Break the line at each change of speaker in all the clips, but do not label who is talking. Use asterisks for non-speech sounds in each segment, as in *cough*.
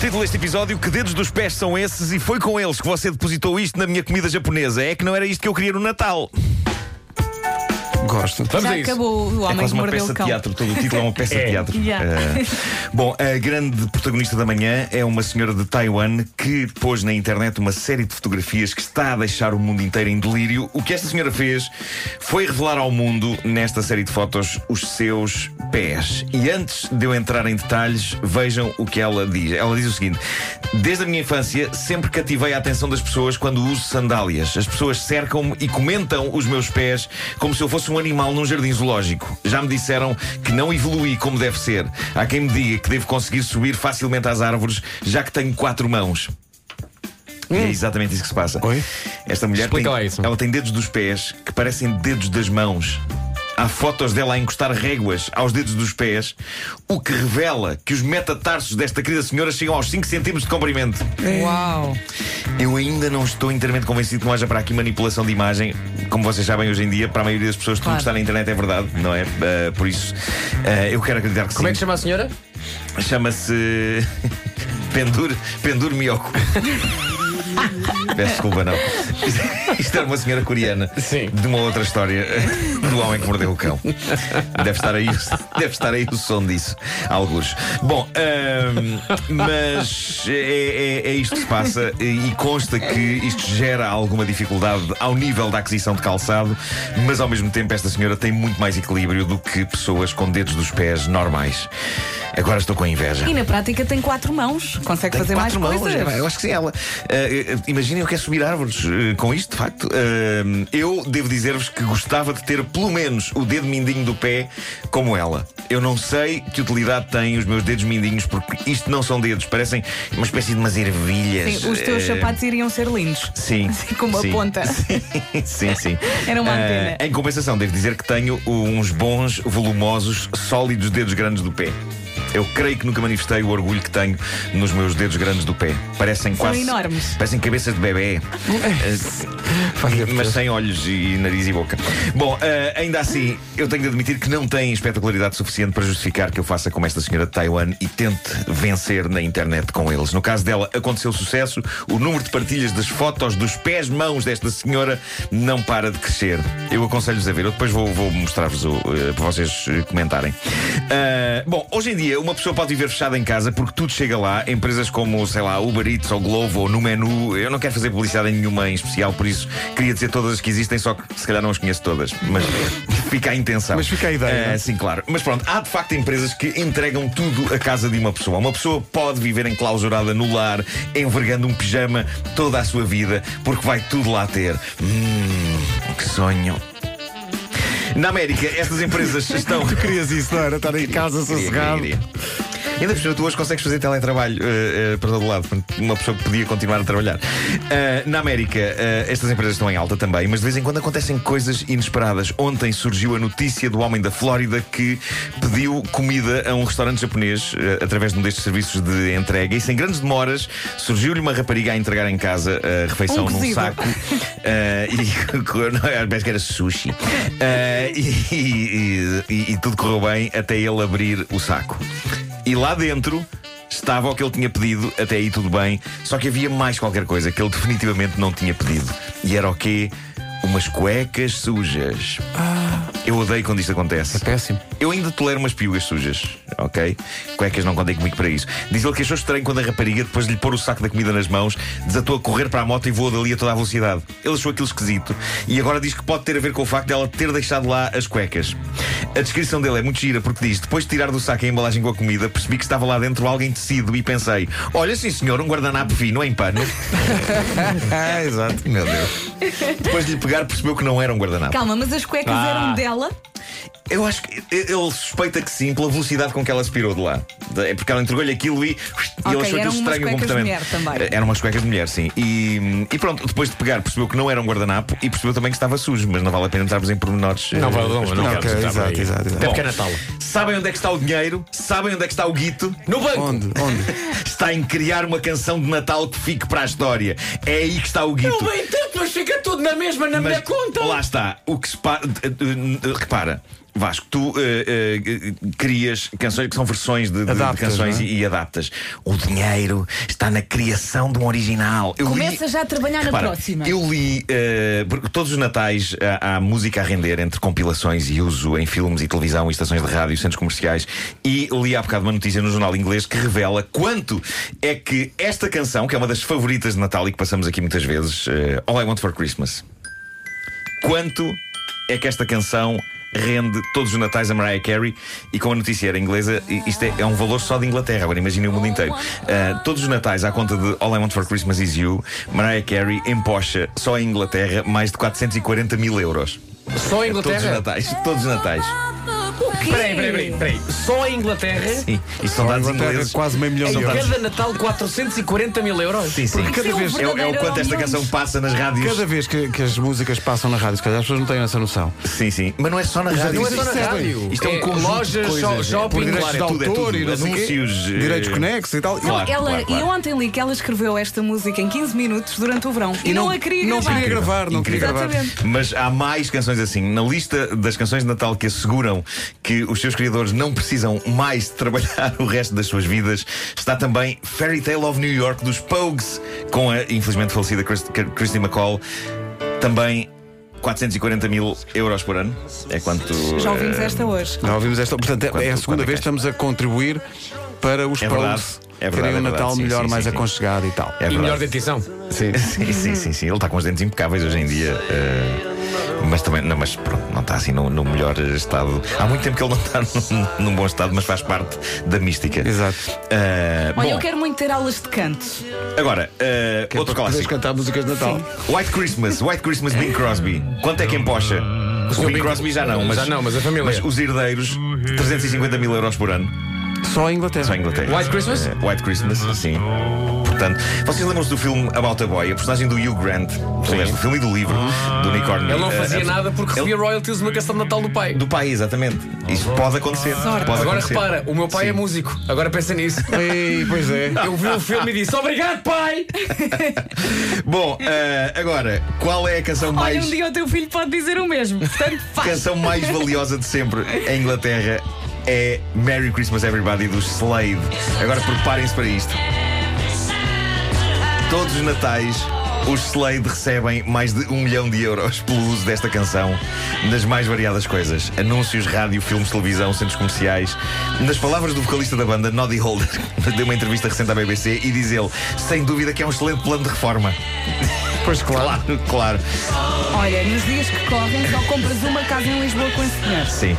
Título deste episódio: Que dedos dos pés são esses? E foi com eles que você depositou isto na minha comida japonesa. É que não era isto que eu queria no Natal.
Gosto.
Vamos
Já
a isso.
acabou o
É
homem que
quase uma
mordeu
peça
o
de
cão.
teatro, todo o título *laughs* é uma peça de teatro.
Yeah.
Eh, bom, a grande protagonista da manhã é uma senhora de Taiwan que pôs na internet uma série de fotografias que está a deixar o mundo inteiro em delírio. O que esta senhora fez foi revelar ao mundo, nesta série de fotos, os seus pés. E antes de eu entrar em detalhes, vejam o que ela diz. Ela diz o seguinte: Desde a minha infância, sempre cativei a atenção das pessoas quando uso sandálias. As pessoas cercam-me e comentam os meus pés como se eu fosse um animal num jardim zoológico. Já me disseram que não evoluí como deve ser. Há quem me diga que devo conseguir subir facilmente às árvores, já que tenho quatro mãos. E é exatamente isso que se passa.
Oi?
Esta mulher
Explica
tem,
lá isso.
ela tem dedos dos pés que parecem dedos das mãos. Há fotos dela a encostar réguas aos dedos dos pés, o que revela que os metatarsos desta querida senhora chegam aos 5 centímetros de comprimento.
*laughs* Uau!
Eu ainda não estou inteiramente convencido que não haja para aqui manipulação de imagem. Como vocês sabem, hoje em dia, para a maioria das pessoas, tudo
Claro.
que está na internet é verdade, não é? Ah, por isso, ah, eu quero acreditar que
Como é
sim.
que se chama a senhora?
Chama-se. *laughs* Pendur, Pendur Miyoko. Peço desculpa, não. Isto era uma senhora coreana
Sim.
de uma outra história *laughs* do homem que mordeu o cão. Deve estar aí, deve estar aí o som disso, alguns. Bom, ahm, mas é, é- é isto que se passa e e consta que isto gera alguma dificuldade ao nível da aquisição de calçado, mas ao mesmo tempo esta senhora tem muito mais equilíbrio do que pessoas com dedos dos pés normais. Agora estou com inveja.
E na prática tem quatro mãos. Consegue
Tem
fazer mais
quatro mãos,
coisas.
é, eu acho que sim, ela. Eh, eh, imaginem, eu quero subir árvores eh, com isto, de facto. Eh, eu devo dizer-vos que gostava de ter pelo menos o dedo mindinho do pé como ela. Eu não sei que utilidade têm os meus dedos mindinhos, porque isto não são dedos, parecem uma espécie de umas ervilhas.
Sim, os teus
Eh,
sapatos iriam ser lindos.
Sim.
*laughs* Assim, com uma
sim,
ponta.
Sim, *laughs* sim. sim.
*laughs* Era uma
Ah,
antena.
em compensação, devo dizer que tenho uns bons, volumosos, sólidos dedos grandes do pé. Eu creio que nunca manifestei o orgulho que tenho nos meus dedos grandes do pé. Parecem
São
quase.
enormes.
Parecem cabeças de bebê.
Faz-lhe
Mas
apetite.
sem olhos e nariz e boca. Bom, eh, ainda assim, eu tenho de admitir que não tem espetacularidade suficiente para justificar que eu faça como esta senhora de Taiwan e tente vencer na internet com eles. No caso dela, aconteceu sucesso, o número de partilhas das fotos dos pés, mãos desta senhora não para de crescer. Eu aconselho-vos a ver, eu depois vou, vou mostrar-vos o, eh, para vocês eh, comentarem. Ah, bom, hoje em dia, uma pessoa pode viver fechada em casa porque tudo chega lá. Empresas como, sei lá, Uber Eats ou Glovo ou no menu. Eu não quero fazer publicidade em nenhuma em especial, por isso queria dizer todas as que existem, só que se calhar não as conheço todas. Mas fica a intenção.
Mas fica a ideia,
Ah,
não é?
Sim, claro. Mas pronto, há de facto empresas que entregam tudo à casa de uma pessoa. Uma pessoa pode viver enclausurada no lar, envergando um pijama toda a sua vida, porque vai tudo lá ter. Hum, que sonho. Na América, estas
*laughs*
empresas estão.
Querias isso, não era? Estar em casa sossegado.
Queria, queria. Ainda por cima, tu hoje consegues fazer teletrabalho eh, eh, para todo lado. Portanto, Uma pessoa que podia continuar a trabalhar. Ah, na América, ah, estas empresas estão em alta também, mas de vez em quando acontecem coisas inesperadas. Ontem surgiu a notícia do homem da Flórida que pediu comida a um restaurante japonês eh, através de um destes serviços de entrega e, sem grandes demoras, surgiu-lhe uma rapariga a entregar em casa eh, a refeição
Um
num
cozido.
saco. *laughs* Ah, e *laughs* correu- não, eu penso que era sushi. Ah, e, e- e- e tudo correu bem até ele abrir o saco. E lá dentro estava o que ele tinha pedido, até aí tudo bem, só que havia mais qualquer coisa que ele *laughs* definitivamente não tinha pedido. E era o quê? Umas cuecas sujas. Eu odeio quando isto acontece.
Péssimo.
Eu ainda tolero umas piugas sujas, ok? Cuecas não contem comigo para isso. Diz ele que achou estranho quando a rapariga, depois de lhe pôr o saco da comida nas mãos, desatou a correr para a moto e voou dali a toda a velocidade. Ele achou aquilo esquisito e agora diz que pode ter a ver com o facto dela ter deixado lá as cuecas. A descrição dele é muito gira porque diz: depois de tirar do saco a embalagem com a comida, percebi que estava lá dentro alguém tecido e pensei: olha, sim senhor, um guardanapo fino em pano. *laughs* ah, exato, meu Deus. Depois de lhe pegar, percebeu que não era um guardanapo.
Calma, mas as cuecas
Ah.
eram dela.
Eu acho que ele suspeita que sim, pela velocidade com que ela aspirou de lá. É porque ela entregou-lhe aquilo e, e ele
Ok,
achou aquilo
eram umas
estranho o
cuecas de
comportamento.
mulher também.
Eram umas cuecas de mulher, sim. E, e pronto, depois de pegar, percebeu que não era um guardanapo e percebeu também que estava sujo, mas não vale a pena entrarmos em pormenores. eh,
Não, vale, não,
mas
não,
pronto.
quero
ok,
entrar por
exato,
aí.
exato, exato.
Até porque é
Bom,
Natal.
Sabem onde é que está o dinheiro, sabem onde é que está o guito.
No banco!
Onde? Onde?
*laughs* Está em criar uma canção de Natal que fique para a história. É aí que está o guito.
No bem tanto, mas fica tudo na mesma, na minha conta!
Lá está. O que se pa... eh, eh, eh, Repara, Vasco, tu eh, eh, crias canções que são versões de, de- de
Adaptas,
canções
não é?
e, e adaptas. O dinheiro está na criação de um original. Eu
Começa já a trabalhar na
Repara,
próxima.
Eu li, eh, porque todos os natais há, há música a render entre compilações e uso em filmes e televisão e estações de rádio e centros comerciais. E li há bocado uma notícia no jornal inglês que revela quanto é que esta canção, que é uma das favoritas de Natal e que passamos aqui muitas vezes, eh, All I Want for Christmas, quanto é que esta canção rende todos os natais a Mariah Carey e com a notícia era inglesa, i- isto é, é um valor só de Inglaterra, agora imaginem o mundo inteiro. Ah, todos os natais, à conta de All I Want for Christmas Is You, Mariah Carey empocha só em Inglaterra mais de 440 mil euros. É
Só a
Todos os
Inglaterra?
natais, todos os natais.
Peraí, peraí, peraí, peraí. Só a Inglaterra?
Sim, isto são dados
Inglaterra,
ingleses. É
quase meio milhão de
São
euros.
dados-
Cada Natal 440 mil euros?
Sim, sim.
Porque
cada vez-
É, o- é o quanto esta canção passa nas rádios.
Cada vez que, que as músicas passam na rádio, se calhar as pessoas não têm essa noção.
Sim, sim. Mas não é só na rádio.
Não é só na
Isto é-
rádio.
isto é um conjunto de
lojas,
coisas,
sho-
é.
shopping,
Por
Direitos
claro,
de
é tudo, é
autor
tudo.
e não sei o quê,
Anúncios, eh,
direitos conexos e tal. E-
Claro,
Ela,
claro, claro.
E eu ontem li que ela escreveu esta música em 15 minutos durante o verão. E, não, a queria
não
gravar.
queria gravar, não queria
Incrível.
gravar.
Exatamente.
Mas há mais canções assim. Na lista das canções de Natal que asseguram que os seus criadores não precisam mais de trabalhar o resto das suas vidas, está também Fairy Tale of New York dos Pogues, com a infelizmente falecida Chris- Christy McCall. Também 440 mil euros por ano. É quanto.
Já ouvimos
eh,
esta hoje.
Já ouvimos esta. Portanto, é-
Quando-
é a segunda
quando
vez
cai.
que estamos a contribuir para os
É verdade,
Pogues
é verdade,
terem
é
um
verdade,
Natal
sim,
melhor,
sim,
mais
sim, sim.
aconchegado e tal.
É
E
verdade.
melhor dentição.
Sim.
Sim,
Uhum.
sim, sim, sim. Ele está com os dentes impecáveis hoje em dia. eh, mas também, não, mas pronto, não está assim no, no melhor estado. Há muito tempo que ele não está *laughs* num, num bom estado, mas faz parte da mística.
Exato.
Eh,
Olha,
bom,
eu quero muito ter aulas de canto.
agora, eh, outro
Para poderes
clássico.
cantar músicas de Natal.
White Christmas, White Christmas Bing Crosby. Quanto é que empocha? O Bing Crosby já não, mas,
Já não, mas a família.
mas os herdeiros, 350 mil euros por ano.
Só a Inglaterra.
Só em Inglaterra.
White Christmas?
Eh, White Christmas, sim. Portanto, vocês lembram-se do filme About a Boy, a personagem do Hugh Grant, aliás, do filme e do livro, do unicórnio.
Ele não
eh,
fazia
eh,
nada porque
ele-
recebia royalties de uma canção de Natal do pai.
Do pai, exatamente. Isto pode acontecer.
Sorte.
Pode
Agora
acontecer.
repara, o meu pai é
Sim.
músico. Agora pensa nisso.
Ei, pois é.
Eu vi o filme e disse: Obrigado, pai!
Bom, eh, agora, qual é a canção
Olha,
mais.
um dia o teu filho pode dizer o mesmo.
*laughs*
Portanto,
A
faz.
canção mais valiosa de sempre em Inglaterra é Merry Christmas Everybody dos Slade. Agora preparem-se para isto. Todos os natais, os Slade recebem mais de um milhão de euros pelo uso desta canção nas mais variadas coisas: anúncios, rádio, filmes, televisão, centros comerciais. Nas palavras do vocalista da banda, Noddy Holder, *laughs* deu uma entrevista recente à BBC e diz ele: sem dúvida que é um excelente plano de reforma.
Pois claro.
*laughs* Claro, claro.
Olha, nos dias que correm, só compras uma casa em Lisboa com esse dinheiro.
Sim,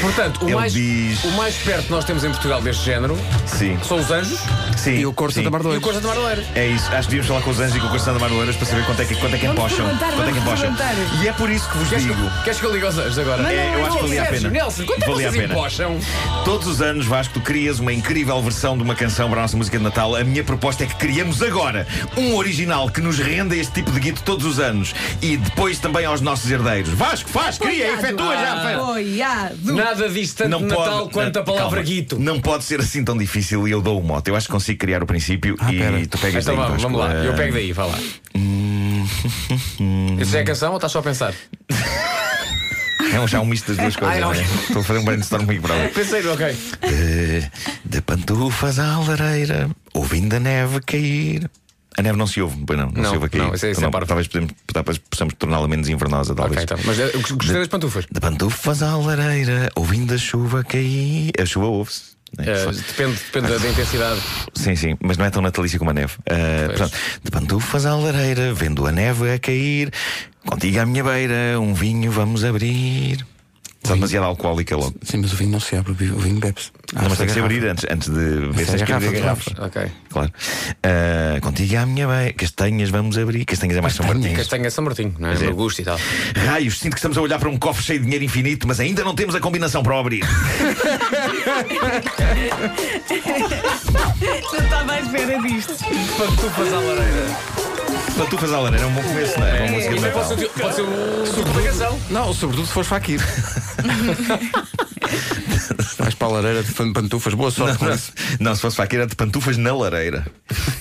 Portanto, o
Ele
mais,
diz-
o mais perto que nós temos em Portugal deste género
sim.
são os anjos
sim
E o Cor
sim.
Santa
e
Mardoa.
o Costa de Mardoleira.
É isso, acho que devíamos falar com os anjos e com o coração da Maroeiras para saber quanto é que, quanto é que
Vamos
empocham.
perguntar,
Quanto é que
vamos
empocham.
perguntar.
E é por isso que vos
Queres que,
digo.
queres que eu ligue aos anjos agora?
Mas
É, eu acho que valia a
Sérgio,
pena.
Nelson, quanto é que
Valia a
vocês
pena.
empocham?
Todos os anos, Vasco, tu crias uma incrível versão de uma canção para a nossa música de Natal. A minha proposta é que criemos agora um original que nos renda este tipo de guito todos os anos e depois também aos nossos herdeiros. Vasco, faz, cria, efetua já, faz.
Apoiado.
Nada diz tanto
Não
Natal
pode,
quanto
não,
a palavra
calma.
guito.
Não pode ser assim tão difícil e eu dou o mote. Eu acho que consigo criar o princípio e
pera.
tu pegas
Então
daí,
vamos,
Vasco. Hum.
vamos lá, eu
Ah,
pego daí, vá lá.
*laughs* Uhum.
Isso já é canção ou estás só a pensar?
É um- já um misto das duas coisas.
*laughs* Ai, não.
né? Estou a fazer um brainstorm comigo para
*laughs* Pensei, ok.
De, de pantufas à lareira, ouvindo a neve cair. A neve não se ouve, pois não, não,
Não,
se ouve aqui.
não, isso é- isso é parvo.
talvez, podemos, talvez possamos torná-la menos invernosa,
Ok,
talvez.
então. Mas eh, eu gostei das pantufas.
De pantufas à lareira, ouvindo a chuva cair. A chuva ouve-se. né?
Eh,
Só-
depende depende da- da intensidade.
Sim, sim, mas não é tão natalício como a neve. Ah,
Pois.
portanto, de pantufas à lareira, vendo a neve a cair, contigo à minha beira, um vinho vamos abrir. Está demasiado alcoólica logo.
Sim, mas o vinho não se abre, o vinho o vinho bebe-se. Ah,
Não, mas tem que se
garrafa.
abrir antes, antes de ver se
é
as
garrafa,
garrafas.
garrafa.
Ok.
Claro. Ah, contigo à minha bem. Castanhas, vamos abrir. Castanhas é mais São Martinho.
Castanha São Martinho, não é?
é.
Augusto e tal.
Raios, sinto que estamos a olhar para um cofre cheio de dinheiro infinito, mas ainda não temos a combinação para o abrir.
Não estava à espera disto.
Pantufas à lareira.
*laughs* Pantufas à lareira, é um bom começo, não é? Uma música de
Isto pode
Natal.
ser, o tio- pode ser o título da canção.
Não, sobretudo se fores
*laughs*
faquir. Vais para a lareira de fan- pantufas, boa sorte com isso.
Não, se fosse para aqui era de pantufas na lareira.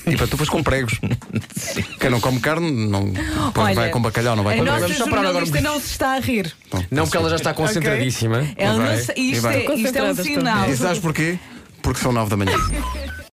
E pantufas com pregos.
Sim.
Quem não come carne, não, pois
Olha,
vai com bacalhau, não vai
A
com
nossa
Vamos só parar agora um
jornalista não se está a rir.
Bom,
Não, porque ela já está concentradíssima.
Ela
vai,
não se,
e
isto,
vai.
é, isto é um Concentradas estão. sinal.
E sabes porquê? Porque são nove da manhã.